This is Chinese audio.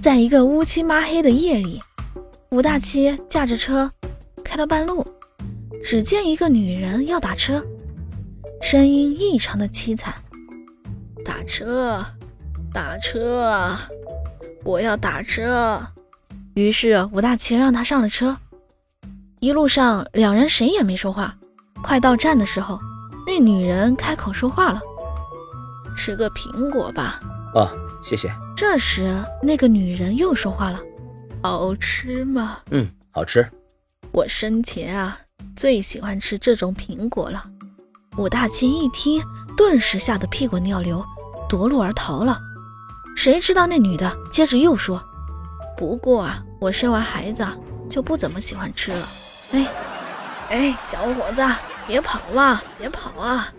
在一个乌漆抹黑的夜里，武大七驾着车开到半路，只见一个女人要打车，声音异常的凄惨：“打车，打车，我要打车！”于是武大七让他上了车。一路上，两人谁也没说话。快到站的时候，那女人开口说话了：“吃个苹果吧。”哦，谢谢。这时，那个女人又说话了：“好吃吗？”“嗯，好吃。”“我生前啊，最喜欢吃这种苹果了。”武大七一听，顿时吓得屁滚尿流，夺路而逃了。谁知道那女的接着又说：“不过啊，我生完孩子啊就不怎么喜欢吃了。”哎，哎，小伙子，别跑啊，别跑啊！